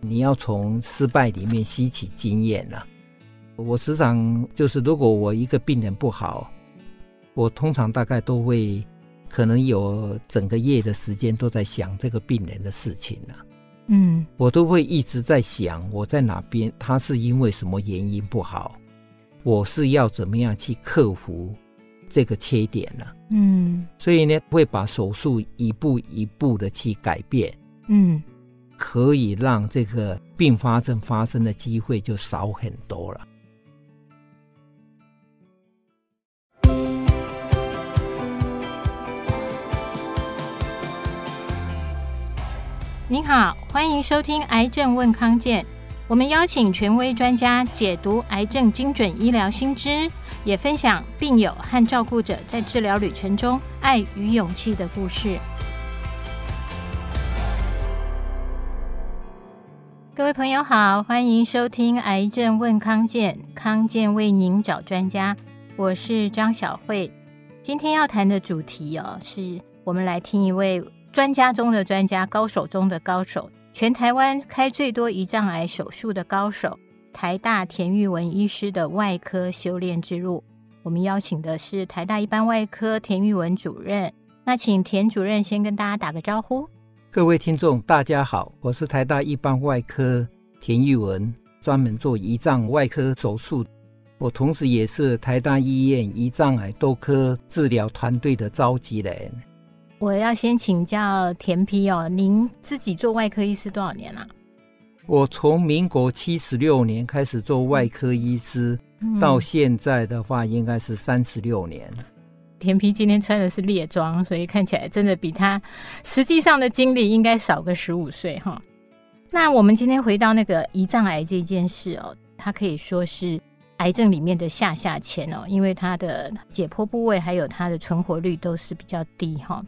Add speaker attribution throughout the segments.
Speaker 1: 你要从失败里面吸取经验呐、我时常就是，如果我一个病人不好，我通常大概都会可能有整个月的时间都在想这个病人的事情呐、
Speaker 2: 嗯
Speaker 1: 我都会一直在想我在哪边，他是因为什么原因不好，我是要怎么样去克服这个缺点呢、
Speaker 2: 嗯
Speaker 1: 所以呢，会把手术一步一步的去改变，
Speaker 2: 嗯
Speaker 1: 可以让这个并发症发生的机会就少很多了。
Speaker 2: 您好，欢迎收听《癌症问康健》，我们邀请权威专家解读癌症精准医疗新知，也分享病友和照顾者在治疗旅程中爱与勇气的故事。各位朋友好，欢迎收听《癌症问康健》，康健为您找专家，我是张晓慧。今天要谈的主题哦，是我们来听一位专家中的专家，高手中的高手，全台湾开最多胰脏癌手术的高手，台大田玉文医师的外科修炼之路。我们邀请的是台大一般外科田玉文主任。那请田主任先跟大家打个招呼。
Speaker 1: 各位听众，大家好，我是台大一般外科田玉文，专门做胰脏外科手术。我同时也是台大医院胰脏癌多科治疗团队的召集人。
Speaker 2: 我要先请教田批哦，您自己做外科医师多少年啦、
Speaker 1: 我从民国七十六年开始做外科医师，
Speaker 2: 嗯
Speaker 1: 到现在的话应该是三十六年。
Speaker 2: 田皮今天穿的是猎装，所以看起来真的比他实际上的经历应该少个十五岁哈。那我们今天回到那个胰脏癌这件事哦，它可以说是癌症里面的下下签哦，因为它的解剖部位还有它的存活率都是比较低哈、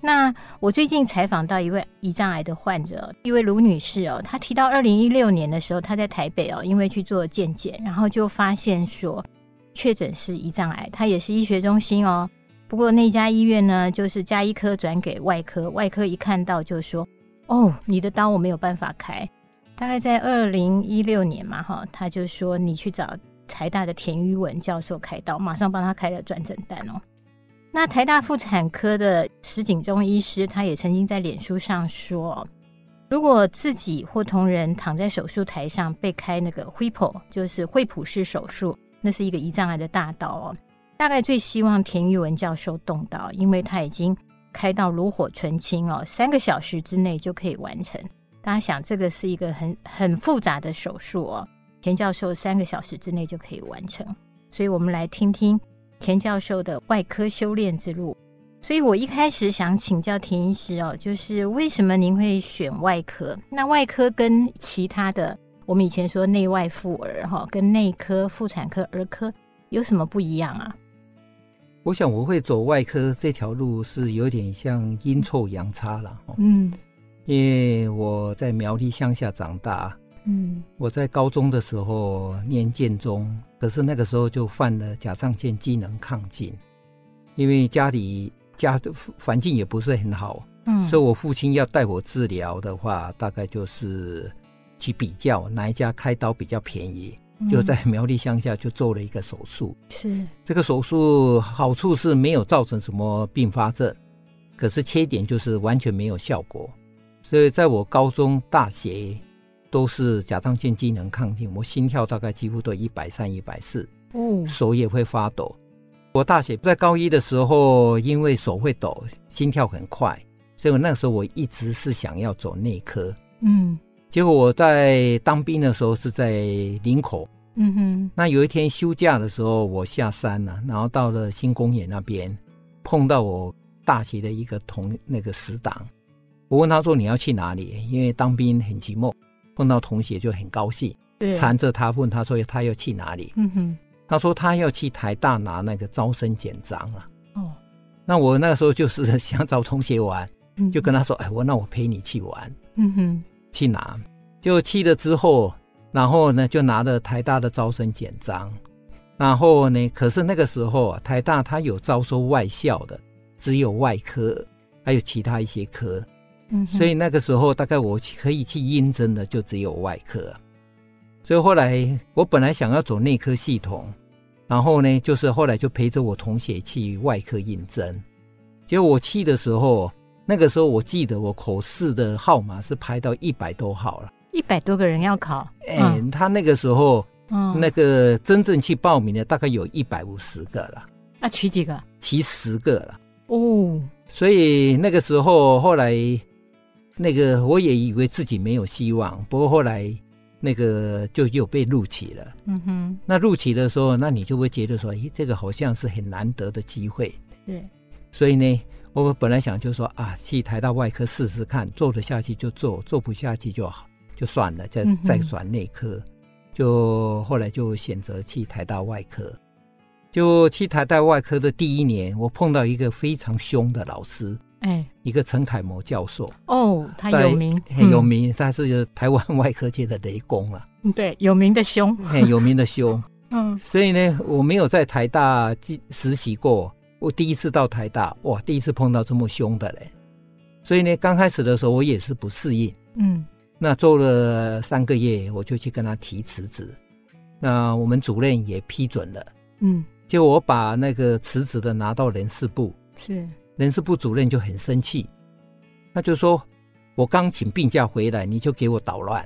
Speaker 2: 那我最近采访到一位胰脏癌的患者，哦一位卢女士哦，她提到二零一六年的时候，她在台北哦，因为去做健检，然后就发现说确诊是胰脏癌，她也是医学中心哦，不过那家医院呢，就是加医科转给外科，外科一看到就说：“哦，你的刀我没有办法开。”大概在二零一六年嘛，哈，他就说你去找台大的田于文教授开刀，马上帮他开了转诊单哦。那台大妇产科的石景中医师，他也曾经在脸书上说哦，如果自己或同仁躺在手术台上被开那个 Whipple，就是惠普式手术，那是一个胰脏癌的大刀哦。大概最希望田玉文教授动刀，因为他已经开到炉火纯青哦，三个小时之内就可以完成。大家想，这个是一个很很复杂的手术哦，田教授三个小时之内就可以完成。所以我们来听听田教授的外科修炼之路。所以我一开始想请教田医师哦，就是为什么您会选外科？那外科跟其他的，我们以前说内外妇儿哈、跟内科、妇产科、儿科有什么不一样啊？
Speaker 1: 我想我会走外科这条路是有点像阴错阳差了，哦
Speaker 2: 嗯
Speaker 1: 因为我在苗栗乡下长大，
Speaker 2: 嗯
Speaker 1: 我在高中的时候念建中，可是那个时候就犯了甲状腺机能亢进，因为家里家的环境也不是很好，
Speaker 2: 嗯，
Speaker 1: 所以我父亲要带我治疗的话，大概就是去比较哪一家开刀比较便宜，就在苗栗乡下就做了一个手术。
Speaker 2: 嗯是
Speaker 1: 这个手术好处是没有造成什么并发症，可是缺点就是完全没有效果。所以在我高中、大学都是甲状腺机能亢进，我心跳大概几乎都一百三、一百四，
Speaker 2: 哦
Speaker 1: 手也会发抖。我大学在高一的时候，因为手会抖，心跳很快，所以我那时候我一直是想要走内科。
Speaker 2: 嗯
Speaker 1: 结果我在当兵的时候是在林口
Speaker 2: 嗯哼
Speaker 1: 那有一天休假的时候，我下山了、然后到了新公园那边，碰到我大学的一个同那个死党，我问他说你要去哪里？因为当兵很寂寞，碰到同学就很高兴，
Speaker 2: 对
Speaker 1: 缠着他问他说他要去哪里？
Speaker 2: 嗯哼
Speaker 1: 他说他要去台大拿那个招生简章啊。
Speaker 2: 哦
Speaker 1: 那我那时候就是想找同学玩，
Speaker 2: 嗯
Speaker 1: 就跟他说，哎，我那我陪你去玩，
Speaker 2: 嗯哼
Speaker 1: 去拿。就去了之后，然后呢就拿了台大的招生简章，然后呢，可是那个时候啊，台大它有招收外校的，只有外科，还有其他一些科。
Speaker 2: 嗯哼，
Speaker 1: 所以那个时候大概我可以去应征的就只有外科。啊所以后来我本来想要走内科系统，然后呢，就是后来就陪着我同学去外科应征。结果我去的时候，那个时候我记得我口试的号码是排到一百多号了。
Speaker 2: 一百多个人要考，
Speaker 1: 哎、
Speaker 2: 嗯
Speaker 1: 他那个时候
Speaker 2: 嗯，
Speaker 1: 那个真正去报名的大概有一百五十个了，
Speaker 2: 那取几个？
Speaker 1: 其十个了。
Speaker 2: 哦，
Speaker 1: 所以那个时候，后来那个我也以为自己没有希望，不过后来那个就又被录取了。
Speaker 2: 嗯哼，
Speaker 1: 那录取的时候，那你就会觉得说，咦，这个好像是很难得的机会。
Speaker 2: 是，
Speaker 1: 所以呢，我们本来想就说啊，去台大外科试试看，做得下去就做，做不下去就好，就算了，再
Speaker 2: 嗯哼
Speaker 1: 再转内科。就后来就选择去台大外科。就去台大外科的第一年，我碰到一个非常凶的老师，
Speaker 2: 哎，
Speaker 1: 一个陈楷模教授，
Speaker 2: 哦，他
Speaker 1: 对
Speaker 2: 有名，
Speaker 1: 很有名，他是台湾外科界的雷公了、
Speaker 2: 嗯，对，有名的凶，
Speaker 1: 很有名的凶。
Speaker 2: 嗯，
Speaker 1: 所以呢，我没有在台大记实习过，我第一次到台大，哇，第一次碰到这么凶的人。所以呢，刚开始的时候我也是不适应，
Speaker 2: 嗯，
Speaker 1: 那做了三个月，我就去跟他提辞职。那我们主任也批准了，
Speaker 2: 嗯，
Speaker 1: 结果我把那个辞职的拿到人事部，
Speaker 2: 是，
Speaker 1: 人事部主任就很生气，他就说：“我刚请病假回来，你就给我捣乱。”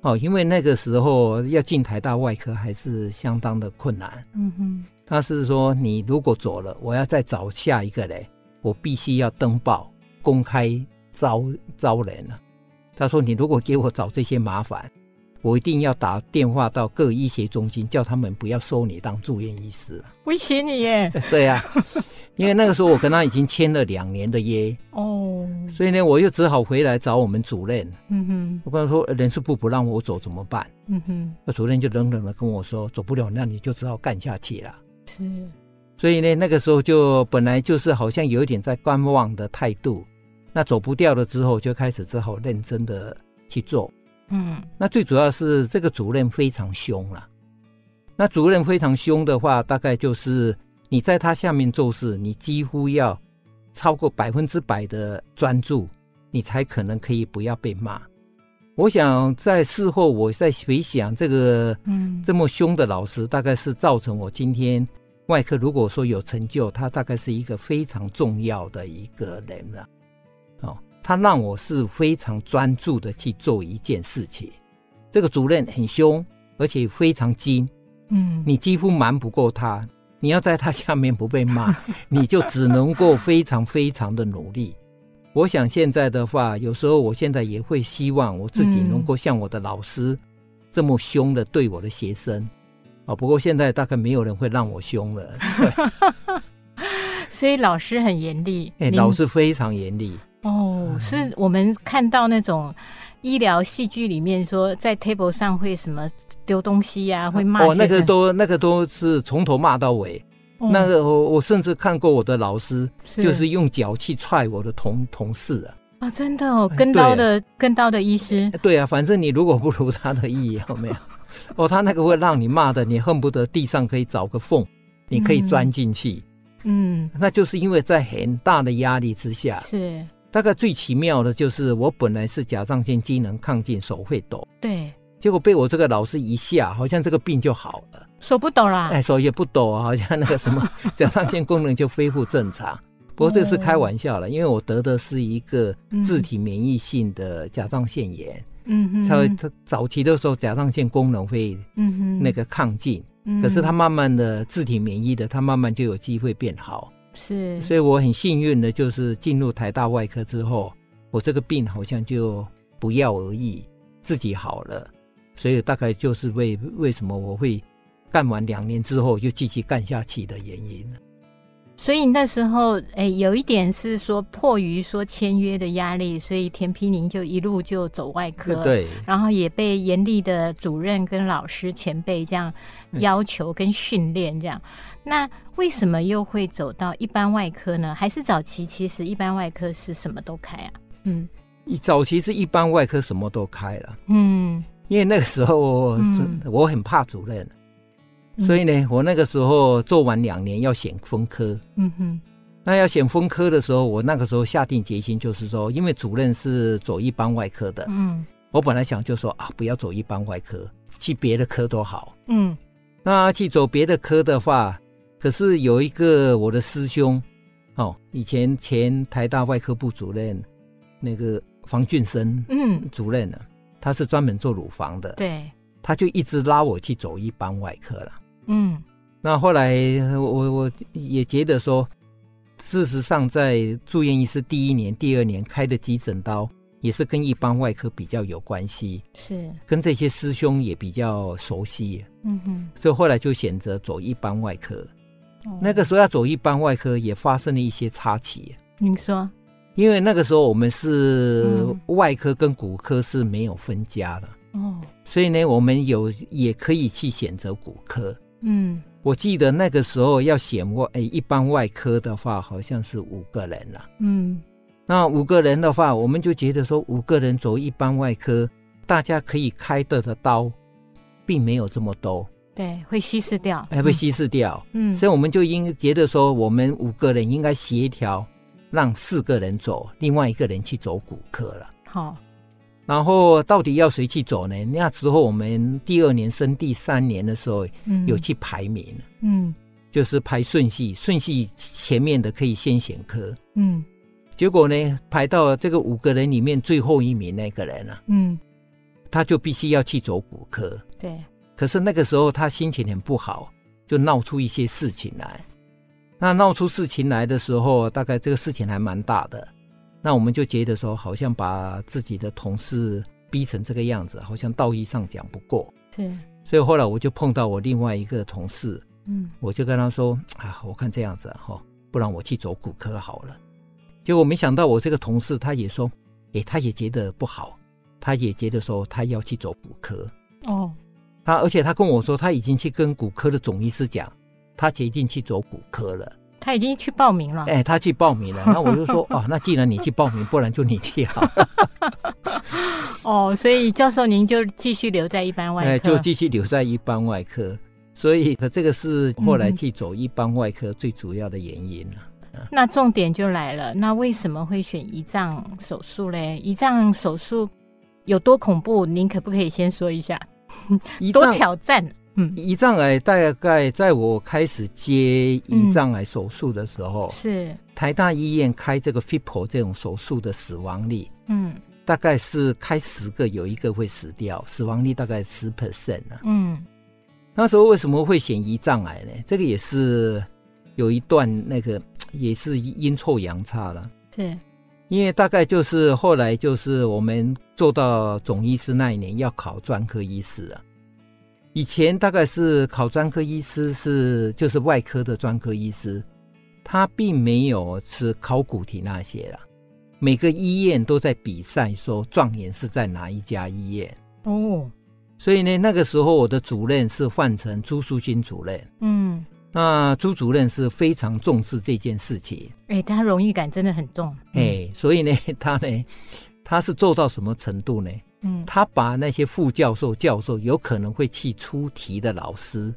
Speaker 1: 哦，因为那个时候要进台大外科还是相当的困难。
Speaker 2: 嗯哼，
Speaker 1: 他是说，你如果走了，我要再找下一个人，我必须要登报公开招招人了。他说，你如果给我找这些麻烦，我一定要打电话到各医学中心，叫他们不要收你当住院医师了。
Speaker 2: 威胁你耶，
Speaker 1: 对呀、 因为那个时候我跟他已经签了两年的约，
Speaker 2: 哦，
Speaker 1: 所以呢，我又只好回来找我们主任。
Speaker 2: 嗯哼，
Speaker 1: 我跟他说，呃人事部不让我走怎么办？
Speaker 2: 嗯哼，
Speaker 1: 那主任就冷冷的跟我说，走不了，那你就只好干下去了。
Speaker 2: 是，
Speaker 1: 所以呢，那个时候就本来就是好像有一点在观望的态度，那走不掉了之后，就开始只好认真的去做。
Speaker 2: 嗯，
Speaker 1: 那最主要是这个主任非常凶了、那主任非常凶的话，大概就是你在他下面做事，你几乎要超过百分之百的专注，你才可能可以不要被骂。我想在事后我在回想这个
Speaker 2: 嗯，
Speaker 1: 这么凶的老师，大概是造成我今天外科如果说有成就，他大概是一个非常重要的一个人了。哦，他让我是非常专注的去做一件事情。这个主任很凶，而且非常精，
Speaker 2: 嗯，
Speaker 1: 你几乎瞒不过他。你要在他下面不被 骂，你就只能够非常非常的努力。我想现在的话，有时候我现在也会希望我自己能够像我的老师这么凶的对我的学生啊、不过现在大概没有人会让我凶 了，
Speaker 2: 所以老师很严厉，
Speaker 1: 哎、
Speaker 2: 您
Speaker 1: 老师非常严厉。嗯
Speaker 2: 哦，是我们看到那种医疗戏剧里面说，在 table 上会什么丢东西呀、会骂
Speaker 1: 哦，那
Speaker 2: 学
Speaker 1: 个
Speaker 2: 生
Speaker 1: 都那个都是从头骂到尾。
Speaker 2: 哦
Speaker 1: 那个我我甚至看过我的老师，
Speaker 2: 是
Speaker 1: 就是用脚去踹我的同同事啊。
Speaker 2: 啊、真的哦，
Speaker 1: 哎
Speaker 2: 跟刀的跟刀的医师，
Speaker 1: 对啊，反正你如果不如他的意，有没有？ 哦，他那个会让你骂的，你恨不得地上可以找个缝，你可以钻进去。
Speaker 2: 嗯，
Speaker 1: 那就是因为在很大的压力之下，
Speaker 2: 是
Speaker 1: 大概最奇妙的就是我本来是甲状腺机能亢进，手会抖，
Speaker 2: 对，
Speaker 1: 结果被我这个老师一下，好像这个病就好了，
Speaker 2: 手不抖啦，
Speaker 1: 哎，手也不抖，好像那个什么甲状腺功能就恢复正常。不过这是开玩笑了，因为我得的是一个自体免疫性的甲状腺炎。
Speaker 2: 嗯哼，
Speaker 1: 它它早期的时候甲状腺功能会
Speaker 2: 嗯哼，
Speaker 1: 那个亢进，
Speaker 2: 嗯，
Speaker 1: 可是它慢慢的自体免疫的，它慢慢就有机会变好。
Speaker 2: 是，
Speaker 1: 所以我很幸运的就是进入台大外科之后，我这个病好像就不药而愈，自己好了。所以大概就是为为什么我会干完两年之后又继续干下去的原因。
Speaker 2: 所以那时候，哎、有一点是说迫于说签约的压力，所以田皮宁就一路就走外科，，
Speaker 1: 对
Speaker 2: 然后也被严厉的主任跟老师前辈这样
Speaker 1: 嗯
Speaker 2: 要求跟训练这样。那为什么又会走到一般外科呢？还是早期其实一般外科是什么都开啊？嗯
Speaker 1: 早期是一般外科什么都开了，
Speaker 2: 嗯，
Speaker 1: 因为那个时候我、
Speaker 2: 嗯
Speaker 1: 我很怕主任。啊
Speaker 2: 嗯
Speaker 1: 所以呢，我那个时候做完两年要选分科，
Speaker 2: 嗯哼，
Speaker 1: 那要选分科的时候，我那个时候下定决心，就是说，因为主任是走一般外科的，
Speaker 2: 嗯
Speaker 1: 我本来想就说啊，不要走一般外科，去别的科都好。
Speaker 2: 嗯
Speaker 1: 那去走别的科的话，可是有一个我的师兄，哦，以前前台大外科部主任那个房俊生
Speaker 2: 嗯，
Speaker 1: 主任呢、他是专门做乳房的，
Speaker 2: 对，
Speaker 1: 他就一直拉我去走一般外科了。
Speaker 2: 嗯
Speaker 1: 那后来我我我也觉得说，事实上在住院医师第一年、第二年开的急诊刀也是跟一般外科比较有关系，
Speaker 2: 是，
Speaker 1: 跟这些师兄也比较熟悉，
Speaker 2: 嗯哼，
Speaker 1: 所以后来就选择走一般外科。
Speaker 2: 哦
Speaker 1: 那个时候要走一般外科也发生了一些插曲，
Speaker 2: 您说，
Speaker 1: 因为那个时候我们是
Speaker 2: 嗯
Speaker 1: 外科跟骨科是没有分家的，
Speaker 2: 哦，
Speaker 1: 所以呢，我们有也可以去选择骨科。
Speaker 2: 嗯
Speaker 1: 我记得那个时候要选外，诶，一般外科的话好像是五个人了、
Speaker 2: 嗯
Speaker 1: 那五个人的话，我们就觉得说五个人走一般外科，大家可以开的的刀，并没有这么多，
Speaker 2: 对，会稀释掉，
Speaker 1: 还被哎稀释掉。
Speaker 2: 嗯，
Speaker 1: 所以我们就应觉得说，我们五个人应该协调，让四个人走，另外一个人去走骨科了。
Speaker 2: 嗯，好，
Speaker 1: 然后到底要谁去走呢？那时候我们第二年升第三年的时候，
Speaker 2: 嗯，
Speaker 1: 有去排名。啊
Speaker 2: 嗯
Speaker 1: 就是排顺序，顺序前面的可以先选科。
Speaker 2: 嗯
Speaker 1: 结果呢，排到这个五个人里面最后一名那个人啊，
Speaker 2: 嗯，
Speaker 1: 他就必须要去走骨科。
Speaker 2: 对，
Speaker 1: 可是那个时候他心情很不好，就闹出一些事情来。那闹出事情来的时候，大概这个事情还蛮大的。那我们就觉得说，好像把自己的同事逼成这个样子，好像道义上讲不过。
Speaker 2: 是，
Speaker 1: 所以后来我就碰到我另外一个同事，
Speaker 2: 嗯
Speaker 1: 我就跟他说啊，我看这样子哈、吼不然我去走骨科好了。结果没想到我这个同事他也说，诶，他也觉得不好，他也觉得说他要去走骨科。
Speaker 2: 哦，
Speaker 1: 他而且他跟我说，他已经去跟骨科的总医师讲，他决定去走骨科了。
Speaker 2: 他已经去报名了，
Speaker 1: 哎，他去报名了。那我就说， 哦，那既然你去报名，不然就你去好了，
Speaker 2: 哦，所以教授您就继续留在一般 外
Speaker 1: 哎，
Speaker 2: 科，
Speaker 1: 就继续留在一般外科。所以这个是后来去走一般外科最主要的原因了。
Speaker 2: 那重点就来了，那为什么会选胰脏手术嘞？胰脏手术有多恐怖？您可不可以先说一下？
Speaker 1: 胰
Speaker 2: 多
Speaker 1: 脏
Speaker 2: 挑战？嗯，
Speaker 1: 胰脏癌哎大概在我开始接胰脏癌手术的时候，
Speaker 2: 是，
Speaker 1: 台大医院开这个 FIPO 这种手术的死亡率，
Speaker 2: 嗯
Speaker 1: 大概是开十个有一个会死掉，死亡率大概十 percent 啊。
Speaker 2: 嗯
Speaker 1: 那时候为什么会选胰脏癌呢？这个也是有一段那个也是阴错阳差了，
Speaker 2: 是，
Speaker 1: 因为大概就是后来就是我们做到总医师那一年要考专科医师啊。以前大概是考专科医师是就是外科的专科医师，他并没有是考古题那些了。每个医院都在比赛说状元是在哪一家医院，
Speaker 2: 哦，
Speaker 1: 所以呢，那个时候我的主任是换成朱淑新主任。
Speaker 2: 嗯，
Speaker 1: 那朱主任是非常重视这件事情，
Speaker 2: 哎、他荣誉感真的很重，嗯，
Speaker 1: 哎，所以呢， 他呢，他是做到什么程度呢？
Speaker 2: 嗯，
Speaker 1: 他把那些副教授、教授有可能会去出题的老师，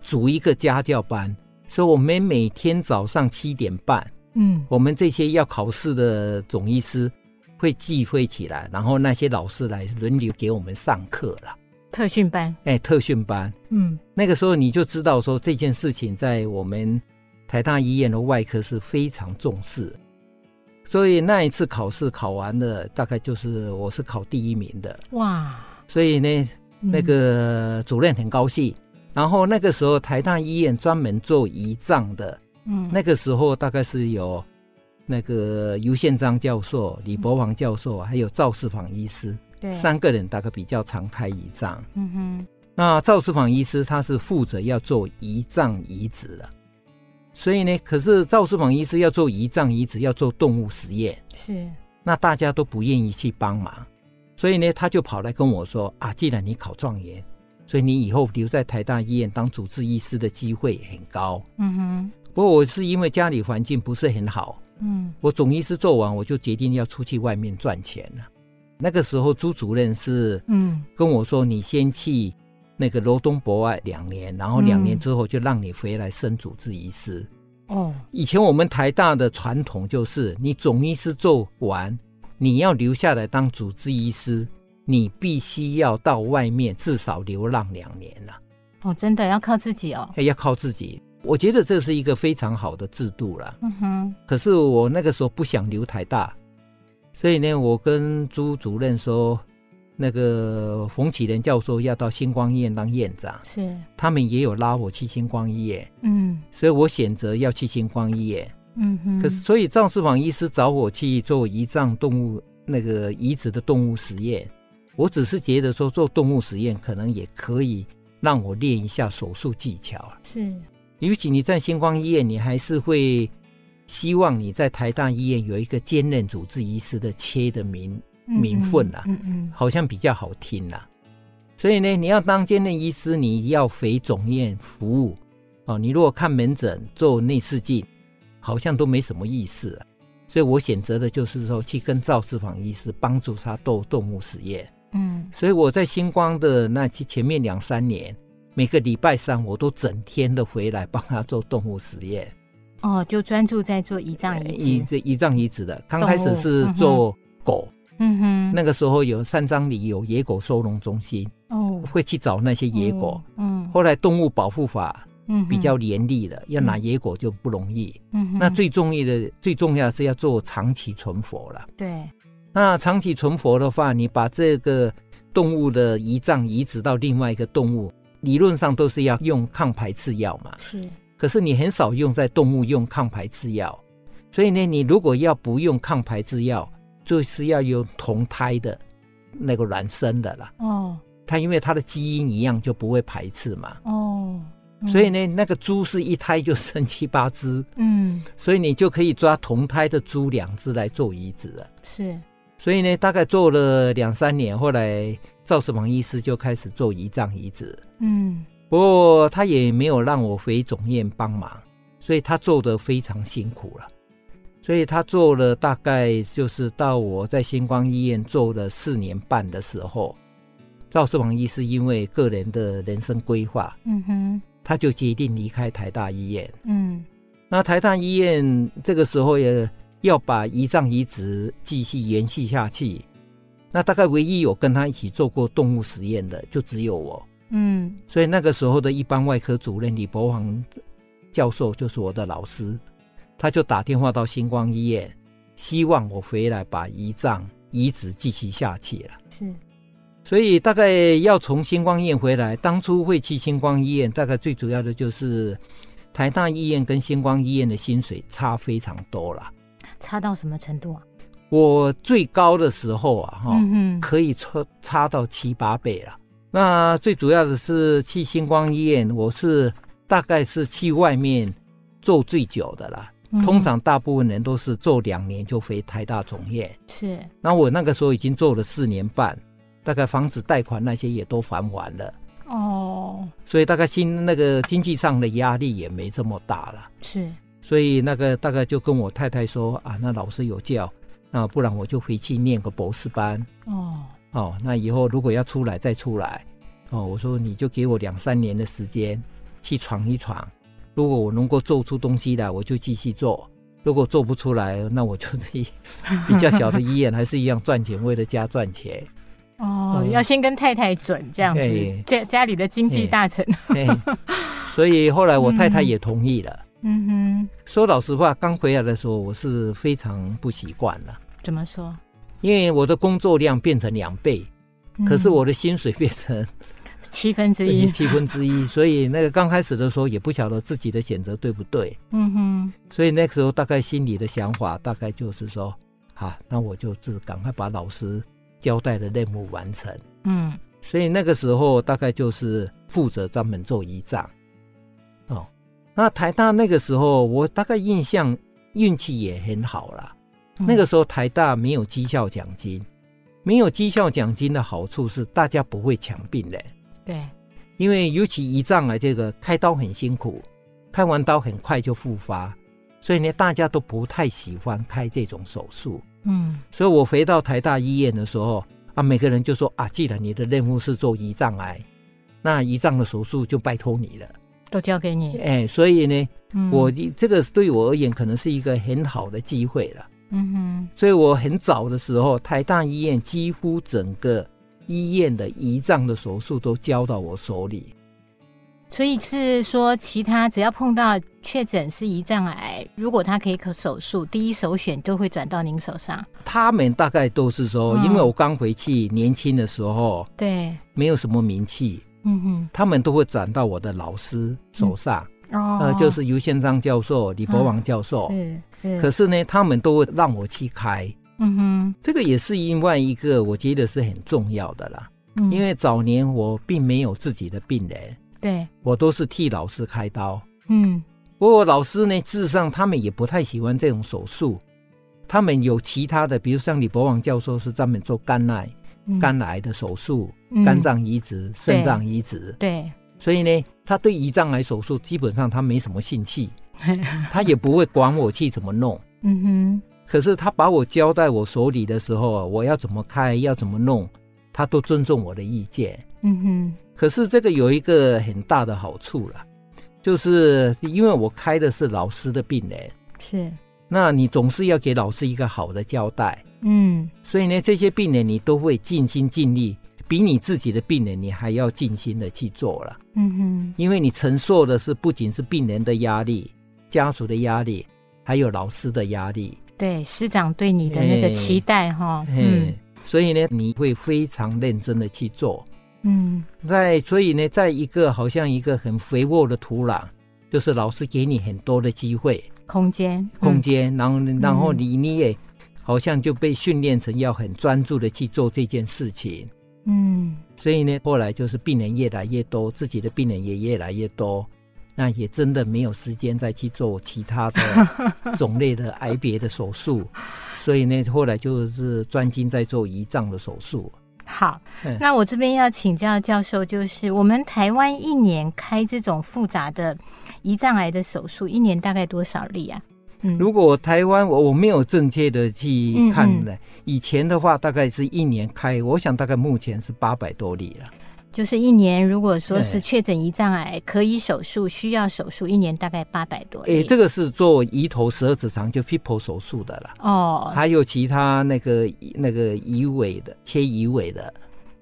Speaker 1: 组一个家教班。所以我们每天早上七点半，
Speaker 2: 嗯，
Speaker 1: 我们这些要考试的总医师会聚会起来，然后那些老师来轮流给我们上课了。
Speaker 2: 特训班，
Speaker 1: 哎，特训班
Speaker 2: 嗯
Speaker 1: 那个时候你就知道说这件事情在我们台大医院的外科是非常重视。所以那一次考试考完了，大概就是我是考第一名的，
Speaker 2: 哇，
Speaker 1: 所以呢，
Speaker 2: 嗯
Speaker 1: 那个主任很高兴。然后那个时候台大医院专门做胰脏的，
Speaker 2: 嗯
Speaker 1: 那个时候大概是有那个尤宪章教授、李伯煌教授，还有赵世访医师，
Speaker 2: 对，
Speaker 1: 三个人大概比较常开胰脏。
Speaker 2: 嗯哼，
Speaker 1: 那赵世访医师他是负责要做胰脏移植的，所以呢，可是赵世访医师要做胰脏移植，要做动物实验，
Speaker 2: 是，
Speaker 1: 那大家都不愿意去帮忙，所以呢，他就跑来跟我说啊，既然你考状元，所以你以后留在台大医院当主治医师的机会很高。
Speaker 2: 嗯哼，
Speaker 1: 不过我是因为家里环境不是很好，
Speaker 2: 嗯
Speaker 1: 我总医师做完，我就决定要出去外面赚钱了。那个时候朱主任是
Speaker 2: 嗯，
Speaker 1: 跟我说，你先去那个罗东博爱两年，然后两
Speaker 2: 嗯
Speaker 1: 年之后就让你回来升主治医师。
Speaker 2: 哦，
Speaker 1: 以前我们台大的传统就是，你总医师做完，你要留下来当主治医师，你必须要到外面至少流浪两年了、
Speaker 2: 哦，真的要靠自己哦。
Speaker 1: 要靠自己。我觉得这是一个非常好的制度了。
Speaker 2: 嗯哼，
Speaker 1: 可是我那个时候不想留台大，所以呢，我跟朱主任说，那个冯启仁教授要到星光医院当院长，
Speaker 2: 是，
Speaker 1: 他们也有拉我去星光医院，
Speaker 2: 嗯
Speaker 1: 所以我选择要去星光医院。
Speaker 2: 嗯哼，
Speaker 1: 可是，所以赵世访医师找我去做胰脏动物那个移植的动物实验，我只是觉得说做动物实验可能也可以让我练一下手术技巧啊。
Speaker 2: 是
Speaker 1: 尤其你在星光医院，你还是会希望你在台大医院有一个兼任主治医师的切的名，
Speaker 2: 嗯
Speaker 1: 名分啊
Speaker 2: 嗯嗯
Speaker 1: 好像比较好听啦、所以呢，你要当兼任医师，你要回总院服务哦。你如果看门诊做内视镜，好像都没什么意思、啊。所以我选择的就是说，去跟赵世访医师帮助他做动物实验。
Speaker 2: 嗯
Speaker 1: 所以我在星光的那期前面两三年，每个礼拜三我都整天的回来帮他做动物实验，
Speaker 2: 嗯，哦，就专注在做胰脏移
Speaker 1: 胰
Speaker 2: 植，
Speaker 1: 这胰脏移植的。刚开始是做狗，
Speaker 2: 嗯哼，
Speaker 1: 那个时候有三张里有野狗收容中心，
Speaker 2: 哦，
Speaker 1: 会去找那些野狗。
Speaker 2: 嗯，
Speaker 1: 后来动物保护法
Speaker 2: 嗯哼
Speaker 1: 比较，严厉了，要拿
Speaker 2: 嗯
Speaker 1: 野狗就不容易。
Speaker 2: 嗯哼
Speaker 1: 那最重要的最重要的是要做长期存活了。
Speaker 2: 对，
Speaker 1: 那长期存活的话，你把这个动物的胰脏移植到另外一个动物，理论上都是要用抗排斥药嘛。
Speaker 2: 是，
Speaker 1: 可是你很少用在动物用抗排斥药，所以呢，你如果要不用抗排斥药，就是要用同胎的那个卵生的啦。
Speaker 2: 哦
Speaker 1: 它因为它的基因一样，就不会排斥嘛。
Speaker 2: 哦，嗯
Speaker 1: 所以，呢，那个猪是一胎就生七八只，
Speaker 2: 嗯，
Speaker 1: 所以你就可以抓同胎的猪两只来做移植了。
Speaker 2: 是，
Speaker 1: 所以呢，大概做了两三年，后来赵世鹏医师就开始做胰脏移植，
Speaker 2: 嗯
Speaker 1: 不过他也没有让我回总院帮忙，所以他做的非常辛苦了。所以他做了大概就是到我在星光医院做了四年半的时候，赵世鹏医师因为个人的人生规划，
Speaker 2: 嗯哼，
Speaker 1: 他就决定离开台大医院。
Speaker 2: 嗯
Speaker 1: 那台大医院这个时候也要把胰脏移植继续延续下去。那大概唯一有跟他一起做过动物实验的，就只有我。
Speaker 2: 嗯
Speaker 1: 所以那个时候的一般外科主任李伯煌教授就是我的老师，他就打电话到星光医院，希望我回来把胰脏移植继续下去了。
Speaker 2: 是，
Speaker 1: 所以大概要从星光医院回来，当初会去星光医院，大概最主要的就是台大医院跟星光医院的薪水差非常多了。
Speaker 2: 差到什么程度啊？
Speaker 1: 我最高的时候啊，哈、
Speaker 2: 嗯哼，
Speaker 1: 可以差差到七八倍了。那最主要的是去星光医院，我是大概是去外面做最久的啦。
Speaker 2: 嗯
Speaker 1: 通常大部分人都是做两年就回台大总院，
Speaker 2: 嗯是，
Speaker 1: 那我那个时候已经做了四年半，大概房子贷款那些也都还完了。
Speaker 2: 哦，
Speaker 1: 所以大概心那个经济上的压力也没这么大了。
Speaker 2: 是，
Speaker 1: 所以那个大概就跟我太太说啊，那老师有教，那不然我就回去念个博士班
Speaker 2: 哦，
Speaker 1: 哦。那以后如果要出来再出来哦，我说你就给我两三年的时间去闯一闯。如果我能够做出东西来，我就继续做；如果做不出来，那我就去 比较小的医院，还是一样赚钱，为了家赚钱。
Speaker 2: 哦，
Speaker 1: 嗯
Speaker 2: 要先跟太太准这样子
Speaker 1: 哎，
Speaker 2: 家家里的经济
Speaker 1: 哎
Speaker 2: 大臣。
Speaker 1: 嘿所以后来我太太也同意了。
Speaker 2: 嗯
Speaker 1: 说老实话，刚回来的时候我是非常不习惯了，
Speaker 2: 哼，怎么说？
Speaker 1: 因为我的工作量变成两倍，
Speaker 2: 嗯
Speaker 1: 可是我的薪水变成
Speaker 2: 七分之一
Speaker 1: 对。七分之一，所以那个刚开始的时候也不晓得自己的选择对不对，
Speaker 2: 嗯哼，
Speaker 1: 所以那个时候大概心里的想法大概就是说，好，那我就是赶快把老师交代的任务完成。
Speaker 2: 嗯
Speaker 1: 所以那个时候大概就是负责专门做仪仗。哦，那台大那个时候我大概印象运气也很好啦。
Speaker 2: 嗯
Speaker 1: 那个时候台大没有绩效奖金，没有绩效奖金的好处是大家不会抢病人，
Speaker 2: 对，
Speaker 1: 因为尤其胰脏癌这个开刀很辛苦，开完刀很快就复发，所以呢大家都不太喜欢开这种手术。
Speaker 2: 嗯
Speaker 1: 所以我回到台大医院的时候啊，每个人就说啊，既然你的任务是做胰脏癌，那胰脏的手术就拜托你了。
Speaker 2: 都交给你。
Speaker 1: 哎，所以呢，
Speaker 2: 嗯
Speaker 1: 我的这个对我而言可能是一个很好的机会了。
Speaker 2: 嗯哼，
Speaker 1: 所以我很早的时候，台大医院几乎整个医院的胰脏的手术都交到我手里。
Speaker 2: 所以是说，其他只要碰到确诊是胰脏癌，如果他可以可手术，第一首选就会转到您手上。
Speaker 1: 他们大概都是说，
Speaker 2: 嗯
Speaker 1: 因为我刚回去年轻的时候
Speaker 2: 对，
Speaker 1: 没有什么名气，
Speaker 2: 嗯
Speaker 1: 他们都会转到我的老师手上，
Speaker 2: 哼，哦，
Speaker 1: 呃，就是尤宪章教授、李伯王教授。
Speaker 2: 是是，
Speaker 1: 可是呢，他们都会让我去开，
Speaker 2: 嗯
Speaker 1: 这个也是另外一个我觉得是很重要的啦。
Speaker 2: 哼，嗯
Speaker 1: 因为早年我并没有自己的病人，
Speaker 2: 对，
Speaker 1: 我都是替老师开刀。
Speaker 2: 嗯
Speaker 1: 不过老师呢，事实上他们也不太喜欢这种手术，他们有其他的，比如像李伯王教授是专门做肝癌、
Speaker 2: 嗯
Speaker 1: 肝癌的手术、
Speaker 2: 嗯
Speaker 1: 肝脏移植、肾脏移植，
Speaker 2: 对，
Speaker 1: 所以呢，他对胰脏癌手术基本上他没什么兴 趣，他也不会管我去怎么弄。
Speaker 2: 嗯哼，
Speaker 1: 可是他把我交在我手里的时候，啊我要怎么开，要怎么弄，他都尊重我的意见。
Speaker 2: 嗯哼，
Speaker 1: 可是这个有一个很大的好处啦，就是因为我开的是老师的病人，
Speaker 2: 是，
Speaker 1: 那你总是要给老师一个好的交代，
Speaker 2: 嗯
Speaker 1: 所以呢，这些病人你都会尽心尽力，比你自己的病人你还要尽心的去做了，
Speaker 2: 嗯哼，
Speaker 1: 因为你承受的是不仅是病人的压力、家属的压力，还有老师的压力，
Speaker 2: 对，师长对你的那个
Speaker 1: 哎
Speaker 2: 期待哈，
Speaker 1: 嗯
Speaker 2: 嗯，
Speaker 1: 所以呢，你会非常认真的去做，
Speaker 2: 嗯
Speaker 1: 在所以呢，在一个好像一个很肥沃的土壤，就是老师给你很多的机会
Speaker 2: 空间
Speaker 1: 空
Speaker 2: 嗯
Speaker 1: 间，然后然后你你也好像就被训练成要很专注的去做这件事情。
Speaker 2: 嗯
Speaker 1: 所以呢，后来就是病人越来越多，自己的病人也越来越多，那也真的没有时间再去做其他 的种类的癌别的手术，所以呢，后来就是专精在做胰脏的手术。
Speaker 2: 好
Speaker 1: 嗯，
Speaker 2: 那我这边要请教教授，就是我们台湾一年开这种复杂的胰脏癌的手术，一年大概多少例啊？嗯，
Speaker 1: 如果台湾我我没有正确的去
Speaker 2: 嗯
Speaker 1: 看
Speaker 2: 嗯
Speaker 1: 的，以前的话大概是一年开，我想大概目前是八百多例了。
Speaker 2: 就是一年，如果说是
Speaker 1: 对
Speaker 2: 确诊胰脏癌可以手术，需要手术，一年大概八百多例。
Speaker 1: 诶、这个是做胰头十二指肠就 FIPO 手术的啦，
Speaker 2: 哦，
Speaker 1: 还有其他那个那个胰尾的切胰尾的，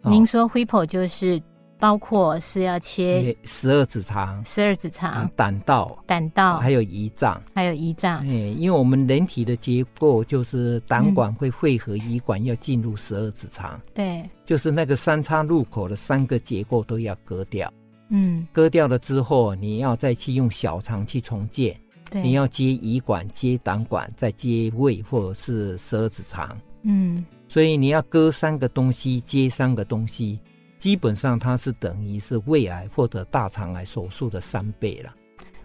Speaker 2: 您说 HIPO 就是包括是要切啊
Speaker 1: 十二指肠、啊
Speaker 2: 十二指肠、
Speaker 1: 胆道，
Speaker 2: 胆道，
Speaker 1: 哦还有哎胰脏。
Speaker 2: 还有胰脏。
Speaker 1: 诶、因为我们人体的结构就是胆管
Speaker 2: 嗯
Speaker 1: 会汇合胰管，要进入十二指肠，
Speaker 2: 对，
Speaker 1: 就是那个三叉路口的三个结构都要割掉。
Speaker 2: 嗯，
Speaker 1: 割掉了之后，你要再去用小肠去重建，
Speaker 2: 对，
Speaker 1: 你要接胰管、接胆管，再接胃或者是十二指肠，
Speaker 2: 嗯
Speaker 1: 所以你要割三个东西，接三个东西，基本上它是等于是胃癌或者大肠癌手术的三倍了。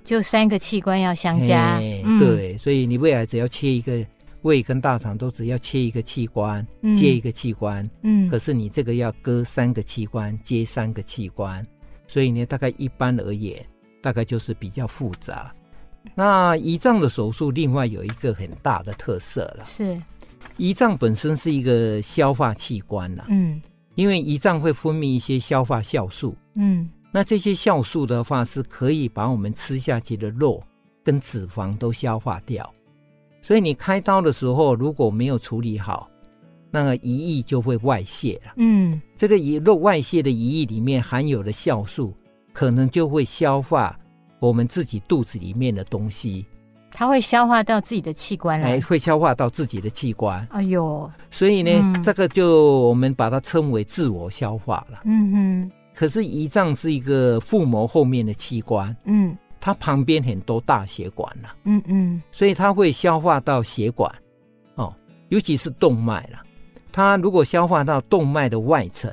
Speaker 2: 就三个器官要相加
Speaker 1: 嘿，
Speaker 2: 嗯，
Speaker 1: 对，所以你胃癌只要切一个胃跟大肠都只要切一个器官，
Speaker 2: 嗯
Speaker 1: 接一个器官，
Speaker 2: 嗯
Speaker 1: 可是你这个要割三个器官，接三个器官，所以呢，大概一般而言，大概就是比较复杂。那胰脏的手术另外有一个很大的特色了，
Speaker 2: 是，
Speaker 1: 胰脏本身是一个消化器官啦，
Speaker 2: 嗯
Speaker 1: 因为胰脏会分泌一些消化酵素，
Speaker 2: 嗯
Speaker 1: 那这些酵素的话是可以把我们吃下去的肉跟脂肪都消化掉，所以你开刀的时候如果没有处理好，那个胰液就会外泄了。
Speaker 2: 嗯
Speaker 1: 这个胰肉外泄的胰液里面含有的酵素，可能就会消化我们自己肚子里面的东西，，
Speaker 2: 它会消化到自己的器官
Speaker 1: 还
Speaker 2: 来。
Speaker 1: 会消化到自己的器官。
Speaker 2: 哎呦，
Speaker 1: 所以呢，
Speaker 2: 嗯
Speaker 1: 这个就我们把它称为自我消化了。
Speaker 2: 嗯哼，
Speaker 1: 可是胰脏是一个腹膜后面的器官，
Speaker 2: 嗯
Speaker 1: 它旁边很多大血管了、
Speaker 2: 嗯嗯，
Speaker 1: 所以它会消化到血管，哦，尤其是动脉了。它如果消化到动脉的外层，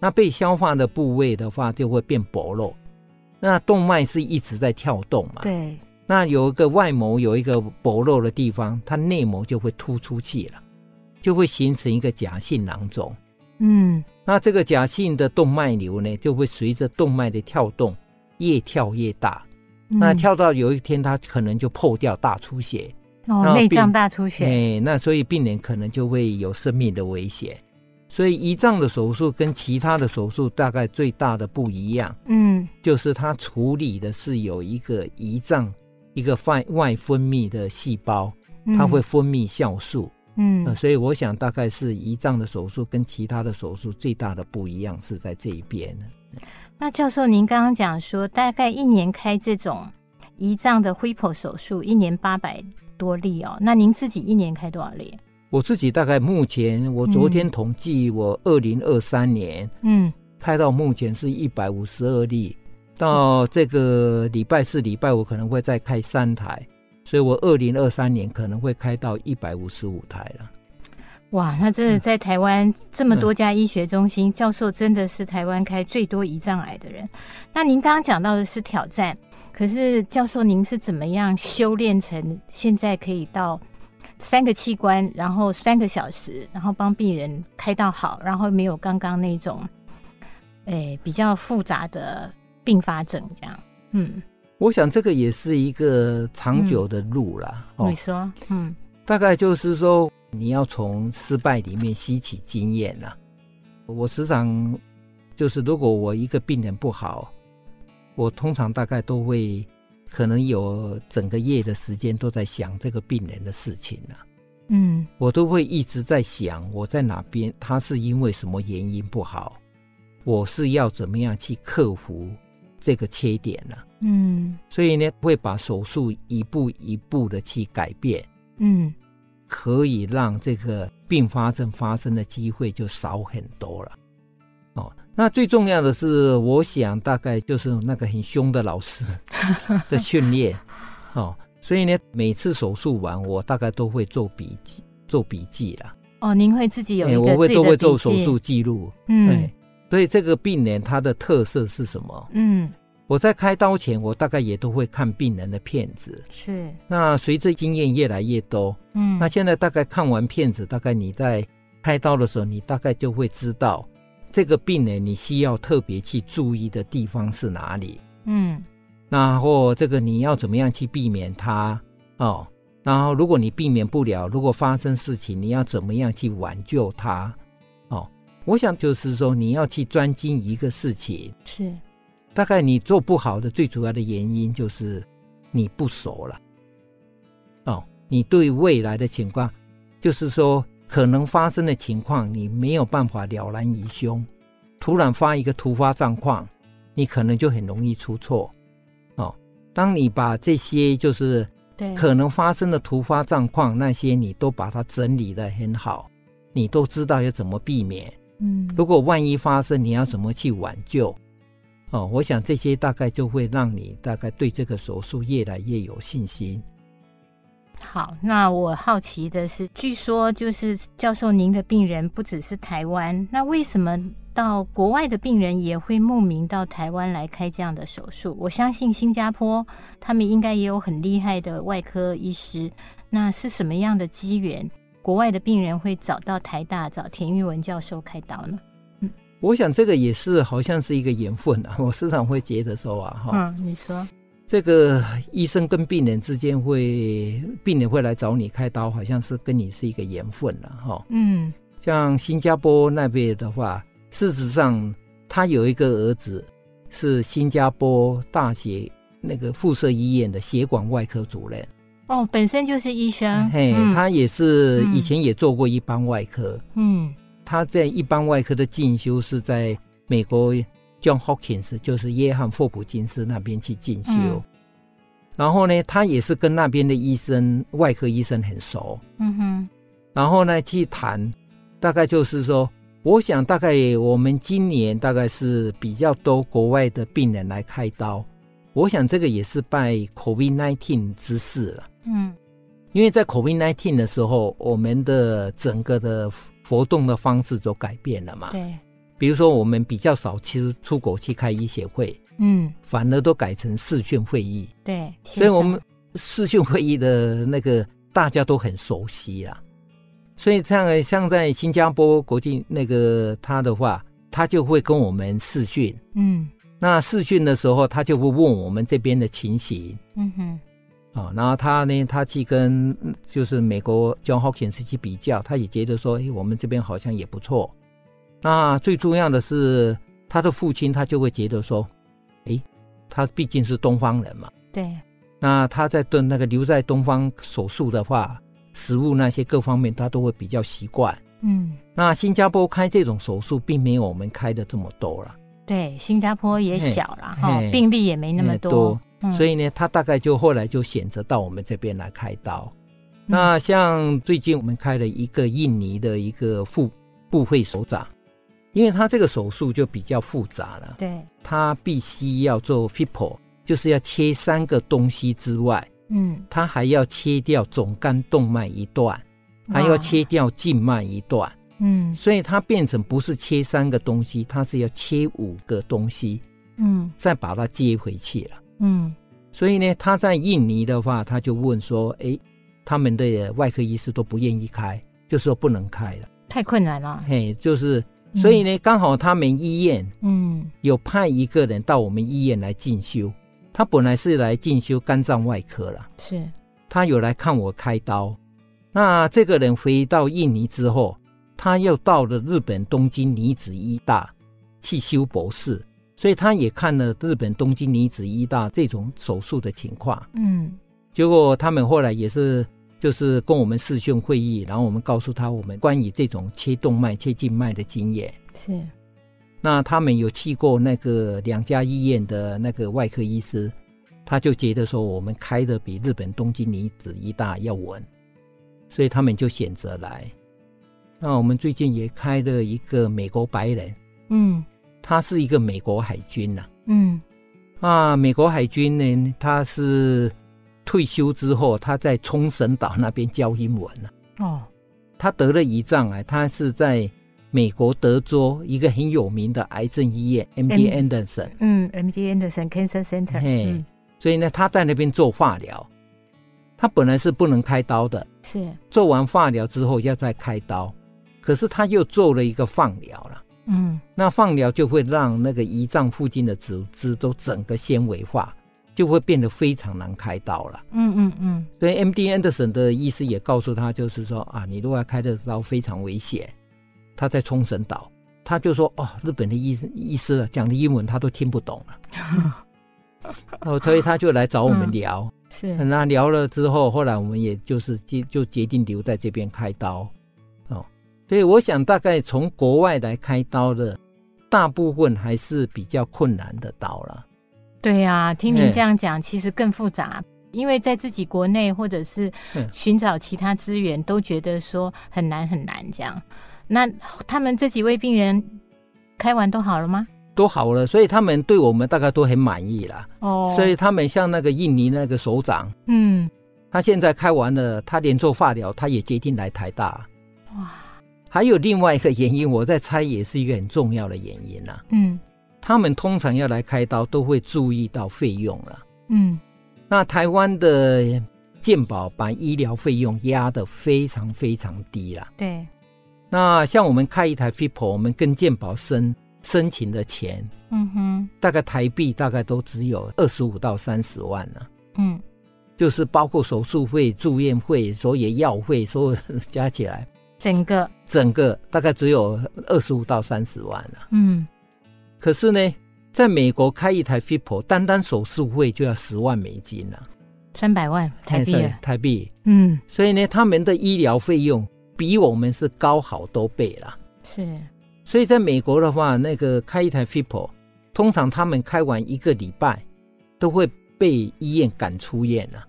Speaker 1: 那被消化的部位的话就会变薄弱。那动脉是一直在跳动嘛？。
Speaker 2: 对，
Speaker 1: 那有一个外膜有一个薄弱的地方，它内膜就会突出去了，就会形成一个假性囊肿。
Speaker 2: 嗯
Speaker 1: 那这个假性的动脉瘤呢，就会随着动脉的跳动越跳越大。
Speaker 2: 嗯
Speaker 1: 那跳到有一天，它可能就破掉大出血。
Speaker 2: 哦
Speaker 1: 那
Speaker 2: 内
Speaker 1: 病
Speaker 2: 脏大出血，
Speaker 1: 哎，那所以病人可能就会有生命的危险。所以胰脏的手术跟其他的手术大概最大的不一样，
Speaker 2: 嗯
Speaker 1: 就是它处理的是有一个胰脏一个外外分泌的细胞，
Speaker 2: 嗯，
Speaker 1: 它会分泌酵素。
Speaker 2: 嗯
Speaker 1: 呃，所以我想大概是胰脏的手术跟其他的手术最大的不一样是在这一边。
Speaker 2: 那教授，您刚刚讲说，大概一年开这种胰脏的 Whipple 手术，一年八百多例哦。那您自己一年开多少例？
Speaker 1: 我自己大概目前，我昨天统计，我二零二三年、
Speaker 2: 嗯
Speaker 1: 开到目前是一百五十二例，到这个礼拜四、礼拜五可能会再开三台，所以我二零二三年可能会开到一百五十五台了。
Speaker 2: 哇，那真的
Speaker 1: 嗯
Speaker 2: 在台湾这么多家医学中心，教授真的是台湾开最多胰脏癌的人。那您刚刚讲到的是挑战，可是教授您是怎么样修炼成现在可以到三个器官，然后三个小时，然后帮病人开到好，然后没有刚刚那种，诶、比较复杂的并发症这样？嗯，
Speaker 1: 我想这个也是一个长久的路啦。哦
Speaker 2: 你说，嗯
Speaker 1: 大概就是说，你要从失败里面吸取经验啦、我时常就是，如果我一个病人不好，我通常大概都会可能有整个月的时间都在想这个病人的事情啦、
Speaker 2: 嗯
Speaker 1: 我都会一直在想我在哪边，他是因为什么原因不好，我是要怎么样去克服这个缺点呢、
Speaker 2: 嗯
Speaker 1: 所以呢，会把手术一步一步的去改变。
Speaker 2: 嗯
Speaker 1: 可以让这个并发症发生的机会就少很多了。哦，那最重要的是，我想大概就是那个很凶的老师的训 练。哦，所以呢，每次手术完，我大概都会做笔记，做笔记啦。 哎
Speaker 2: 哦，您会自己有一
Speaker 1: 我
Speaker 2: 个
Speaker 1: 会
Speaker 2: 自己
Speaker 1: 都
Speaker 2: 的
Speaker 1: 会
Speaker 2: 笔
Speaker 1: 做手
Speaker 2: 记
Speaker 1: 术，记录。
Speaker 2: 嗯
Speaker 1: 哎，所以这个病人他的特色是什么？
Speaker 2: 嗯
Speaker 1: 我在开刀前，我大概也都会看病人的片子。
Speaker 2: 是。
Speaker 1: 那随着经验越来越多，
Speaker 2: 嗯，
Speaker 1: 那现在大概看完片子，大概你在开刀的时候，你大概就会知道这个病人你需要特别去注意的地方是哪里，
Speaker 2: 嗯
Speaker 1: 然后这个你要怎么样去避免它哦，然后如果你避免不了，如果发生事情，你要怎么样去挽救它哦？我想就是说你要去专精一个事情，
Speaker 2: 是
Speaker 1: 大概你做不好的最主要的原因就是你不熟了，哦，你对未来的情况，就是说可能发生的情况，你没有办法了然于胸，突然发一个突发状况，你可能就很容易出错，哦，当你把这些就是
Speaker 2: 对，
Speaker 1: 可能发生的突发状况那些，你都把它整理得很好，你都知道要怎么避免。
Speaker 2: 嗯，
Speaker 1: 如果万一发生，你要怎么去挽救？哦，我想这些大概就会让你大概对这个手术越来越有信心。
Speaker 2: 好，那我好奇的是，据说就是教授您的病人不只是台湾，那为什么到国外的病人也会慕名到台湾来开这样的手术？我相信新加坡他们应该也有很厉害的外科医师，那是什么样的机缘，国外的病人会找到台大找田玉文教授开刀呢？
Speaker 1: 我想这个也是好像是一个缘分啊。 我时常会觉得说啊，哈、
Speaker 2: 嗯，你说，
Speaker 1: 这个医生跟病人之间会，病人会来找你开刀，好像是跟你是一个缘分了、哈、
Speaker 2: 嗯
Speaker 1: 像新加坡那边的话，事实上他有一个儿子是新加坡大学那个附设医院的血管外科主任。
Speaker 2: 哦，本身就是医生，
Speaker 1: 嘿，
Speaker 2: 嗯
Speaker 1: 他也是
Speaker 2: 嗯
Speaker 1: 以前也做过一般外科，
Speaker 2: 嗯
Speaker 1: 他在一般外科的进修是在美国 John Hopkins，就是约翰霍普金斯那边去进修。
Speaker 2: 嗯
Speaker 1: 然后呢，他也是跟那边的医生、外科医生很熟，
Speaker 2: 嗯哼。
Speaker 1: 然后呢去谈，大概就是说，我想大概我们今年大概是比较多国外的病人来开刀，我想这个也是拜 COVID-19 之赐了。
Speaker 2: 嗯
Speaker 1: 因为在 COVID-19 的时候，我们的整个的活动的方式都改变了嘛。
Speaker 2: 对，
Speaker 1: 比如说，我们比较少去出国去开医协会，
Speaker 2: 嗯，
Speaker 1: 反而都改成视讯会议，
Speaker 2: 对，
Speaker 1: 所以我们视讯会议的那个大家都很熟悉啦。所以像像在新加坡国际那个他的话，他就会跟我们视讯。
Speaker 2: 嗯
Speaker 1: 那视讯的时候，他就会问我们这边的情形，
Speaker 2: 嗯哼，
Speaker 1: 啊、然后他呢，他去跟嗯就是美国 John Hopkins 去比较，他也觉得说，诶，我们这边好像也不错，那最重要的是，他的父亲他就会觉得说，诶，他毕竟是东方人嘛，
Speaker 2: 对，
Speaker 1: 那他在对那个留在东方手术的话，食物那些各方面他都会比较习惯。
Speaker 2: 嗯，
Speaker 1: 那新加坡开这种手术，并没有我们开的这么多了，
Speaker 2: 对，新加坡也
Speaker 1: 嘿
Speaker 2: 小了哈，
Speaker 1: 嘿
Speaker 2: 病例也没那么
Speaker 1: 哎
Speaker 2: 多，嗯
Speaker 1: 所以呢，他大概就后来就选择到我们这边来开刀。
Speaker 2: 嗯
Speaker 1: 那像最近我们开了一个印尼的一个腹部会手掌，因为他这个手术就比较复杂了，
Speaker 2: 对，
Speaker 1: 他必须要做 FIPO，就是要切三个东西之外，
Speaker 2: 嗯，
Speaker 1: 他还要切掉总肝动脉一段，还要
Speaker 2: 哇，
Speaker 1: 切掉静脉一段，
Speaker 2: 嗯
Speaker 1: 所以它变成不是切三个东西，它是要切五个东西，
Speaker 2: 嗯
Speaker 1: 再把它接回去了。
Speaker 2: 嗯
Speaker 1: 所以呢，他在印尼的话，他就问说：“诶，他们的外科医师都不愿意开，就说不能开了。
Speaker 2: 太困难了”，
Speaker 1: 嘿，就是，所以呢，刚好他们医院
Speaker 2: 嗯
Speaker 1: 有派一个人到我们医院来进修，他本来是来进修肝脏外科了，
Speaker 2: 是，
Speaker 1: 他有来看我开刀。那这个人回到印尼之后，他又到了日本东京女子医大去修博士，所以他也看了日本东京女子医大这种手术的情况。
Speaker 2: 嗯
Speaker 1: 结果他们后来也是就是跟我们视讯会议，然后我们告诉他我们关于这种切动脉、切静脉的经验。
Speaker 2: 是，
Speaker 1: 那他们有去过那个两家医院的那个外科医师，他就觉得说我们开的比日本东京女子医大要稳，所以他们就选择来。那我们最近也开了一个美国白人，
Speaker 2: 嗯
Speaker 1: 他是一个美国海军呐、
Speaker 2: 嗯
Speaker 1: 啊，美国海军呢，他是退休之后，他在冲绳岛那边教英文呢、
Speaker 2: 哦，
Speaker 1: 他得了胰脏癌，他是在美国德州一个很有名的癌症医院 MD Anderson，、
Speaker 2: 嗯，MD Anderson Cancer Center，
Speaker 1: 嘿
Speaker 2: 嗯
Speaker 1: 所以呢，他在那边做化疗。他本来是不能开刀的，
Speaker 2: 是，
Speaker 1: 做完化疗之后要再开刀，可是他又做了一个放疗了。
Speaker 2: 嗯
Speaker 1: 那放疗就会让那个胰脏附近的组织都整个纤维化，就会变得非常难开刀了。
Speaker 2: 嗯嗯嗯，
Speaker 1: 所以 MD Anderson 的医师也告诉他，就是说啊，你如果要开这刀非常危险。他在冲绳岛，他就说哦，日本的医师医师啊，讲的英文他都听不懂了。哦，所以他就来找我们
Speaker 2: 嗯
Speaker 1: 聊。
Speaker 2: 是，
Speaker 1: 那聊了之后，后来我们也就是决就决定留在这边开刀，哦，所以我想大概从国外来开刀的，大部分还是比较困难的刀了。
Speaker 2: 对呀，听您
Speaker 1: 嘿
Speaker 2: 这样讲，其实更复杂。因为在自己国内或者是
Speaker 1: 嗯
Speaker 2: 寻找其他资源，都觉得说很难很难这样。那他们这几位病人开完都好了吗？
Speaker 1: 都好了，所以他们对我们大概都很满意啦。
Speaker 2: 哦，
Speaker 1: 所以他们像那个印尼那个首长，
Speaker 2: 嗯，
Speaker 1: 他现在开完了，他连做化疗，他也决定来台大。
Speaker 2: 哇，
Speaker 1: 还有另外一个原因，我在猜，也是一个很重要的原因啦。
Speaker 2: 嗯
Speaker 1: 他们通常要来开刀，都会注意到费用了。
Speaker 2: 嗯，
Speaker 1: 那台湾的健保把医疗费用压得非常非常低啦。
Speaker 2: 对，
Speaker 1: 那像我们开一台 FIPO，我们跟健保申申请的钱，
Speaker 2: 嗯哼，
Speaker 1: 大概台币大概都只有二十五到三十万呢、
Speaker 2: 嗯
Speaker 1: 就是包括手术费、住院费、所有药费，所有的加起来，，
Speaker 2: 整个，
Speaker 1: 整个大概只有二十五到三十万呢、啊
Speaker 2: 嗯，
Speaker 1: 可是呢，在美国开一台 FIPO，单单手术费就要十万美金啊了、
Speaker 2: 三百万台币啊
Speaker 1: 哎
Speaker 2: 了
Speaker 1: 是，台币。
Speaker 2: 嗯，
Speaker 1: 所以呢，他们的医疗费用比我们是高好多倍啦。
Speaker 2: 是，
Speaker 1: 所以在美国的话，那个开一台 FIPO，通常他们开完一个礼拜，都会被医院赶出院了、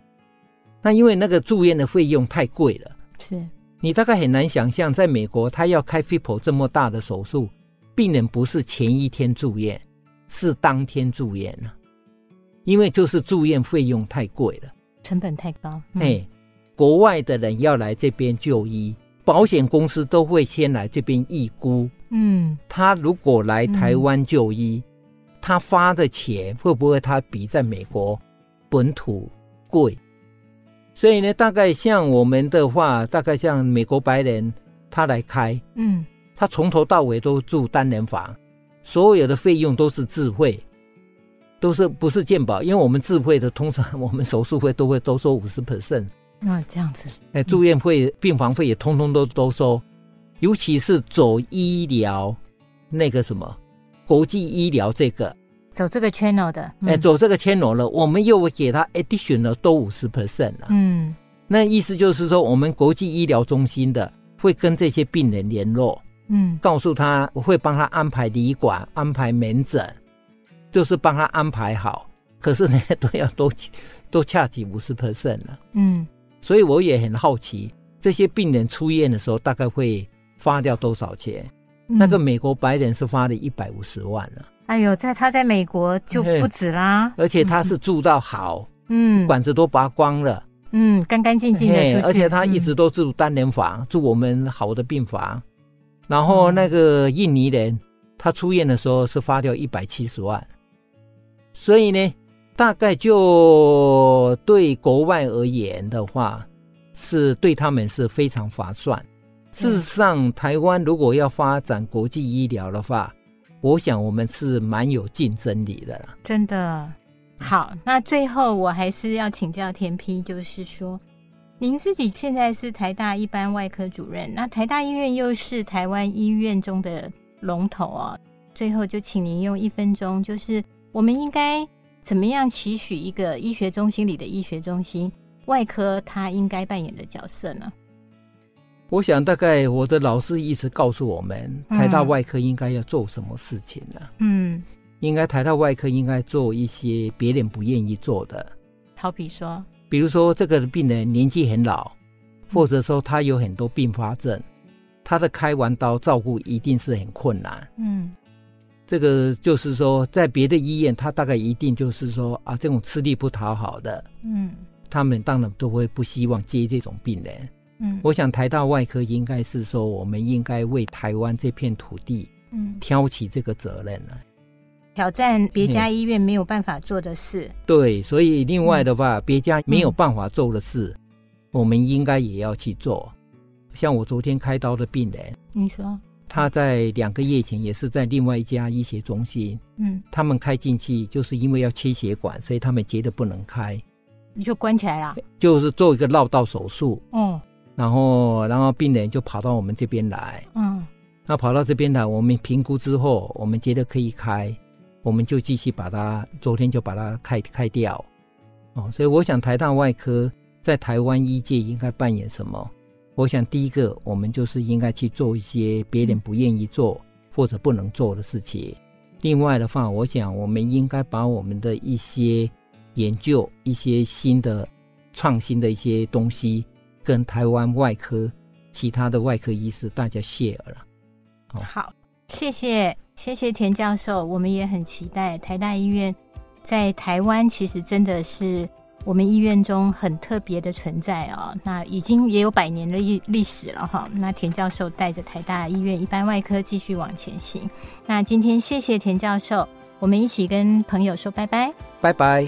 Speaker 1: 那因为那个住院的费用太贵了，
Speaker 2: 是，
Speaker 1: 你大概很难想象，在美国他要开 FIPO 这么大的手术，病人不是前一天住院，是当天住院了、因为就是住院费用太贵了。
Speaker 2: 成本太高，嗯
Speaker 1: 哎，国外的人要来这边就医，保险公司都会先来这边预估，
Speaker 2: 嗯，
Speaker 1: 他如果来台湾就医，他花的钱会不会他比在美国本土贵？所以呢，大概像我们的话，大概像美国白人他来开，
Speaker 2: 嗯，
Speaker 1: 他从头到尾都住单人房，所有的费用都是自费，都是不是健保？因为我们自费的，通常我们手术费都会都收五十 percent。
Speaker 2: 那、嗯哦这样子，
Speaker 1: 哎，住院费、病房费也通通都都收，尤其是走医疗那个什么国际医疗这个，
Speaker 2: 走这个 channel 的，嗯
Speaker 1: 哎、走这个牵罗了，我们又给它 addition 了多五十 percent 了。
Speaker 2: 嗯
Speaker 1: 那意思就是说，我们国际医疗中心的会跟这些病人联络，
Speaker 2: 嗯
Speaker 1: 告诉他我会帮他安排旅馆、安排门诊，就是帮他安排好。可是呢， 都要多多恰起五十 percent 了。
Speaker 2: 嗯
Speaker 1: 所以我也很好奇，这些病人出院的时候大概会花掉多少钱？
Speaker 2: 嗯，
Speaker 1: 那个美国白人是花了一百五十万了、
Speaker 2: 哎呦，在他在美国就
Speaker 1: 嘿
Speaker 2: 不止啦，
Speaker 1: 而且他是住到好，
Speaker 2: 嗯
Speaker 1: 管子都拔光了，
Speaker 2: 嗯干干净净的
Speaker 1: 嘿
Speaker 2: 出去，
Speaker 1: 而且他一直
Speaker 2: 嗯
Speaker 1: 都住单人房，住我们好的病房。然后那个印尼人，他出院的时候是花掉一百七十万，所以呢，大概就对国外而言的话，是对他们是非常划算。事实上，台湾如果要发展国际医疗的话，我想我们是蛮有竞争力的啦。
Speaker 2: 真的好。那最后我还是要请教田批，就是说。您自己现在是台大一般外科主任，那台大医院又是台湾医院中的龙头哦。最后就请您用一分钟，就是我们应该怎么样期许一个医学中心里的医学中心外科它应该扮演的角色呢？
Speaker 1: 我想，大概我的老师一直告诉我们，台大
Speaker 2: 嗯
Speaker 1: 外科应该要做什么事情呢、
Speaker 2: 嗯，
Speaker 1: 应该台大外科应该做一些别人不愿意做的，
Speaker 2: 好比说，
Speaker 1: 比如说这个病人年纪很老，
Speaker 2: 嗯
Speaker 1: 或者说他有很多并发症，他的开完刀照顾一定是很困难。
Speaker 2: 嗯
Speaker 1: 这个就是说，在别的医院，他大概一定就是说啊，这种吃力不讨好的，
Speaker 2: 嗯
Speaker 1: 他们当然都会不希望接这种病人。
Speaker 2: 嗯，
Speaker 1: 我想台大外科应该是说，我们应该为台湾这片土地
Speaker 2: 嗯
Speaker 1: 挑起这个责任来。
Speaker 2: 挑战别家医院没有办法做的事，
Speaker 1: 对，所以另外的话，别家没有办法做的事，我们应该也要去做。像我昨天开刀的病人，
Speaker 2: 你说，
Speaker 1: 他在两个月前也是在另外一家医学中心，
Speaker 2: 嗯，
Speaker 1: 他们开进去就是因为要切血管，所以他们觉得不能开，
Speaker 2: 你就关起来啦。
Speaker 1: 就是做一个绕道手术，
Speaker 2: 哦，
Speaker 1: 然后然后病人就跑到我们这边来，
Speaker 2: 嗯
Speaker 1: 那跑到这边来，我们评估之后，我们觉得可以开，我们就继续把它，昨天就把它开开掉。哦，所以我想台大外科在台湾医界应该扮演什么？我想第一个，我们就是应该去做一些别人不愿意做或者不能做的事情。另外的话，我想我们应该把我们的一些研究、一些新的创新的一些东西，跟台湾外科其他的外科医师大家 share 了。哦
Speaker 2: 好，谢谢谢谢田教授，我们也很期待台大医院在台湾，其实真的是我们医院中很特别的存在哦。那已经也有百年的历历史了哈。那田教授带着台大医院一般外科继续往前行。那今天谢谢田教授，我们一起跟朋友说拜拜。
Speaker 1: 拜拜。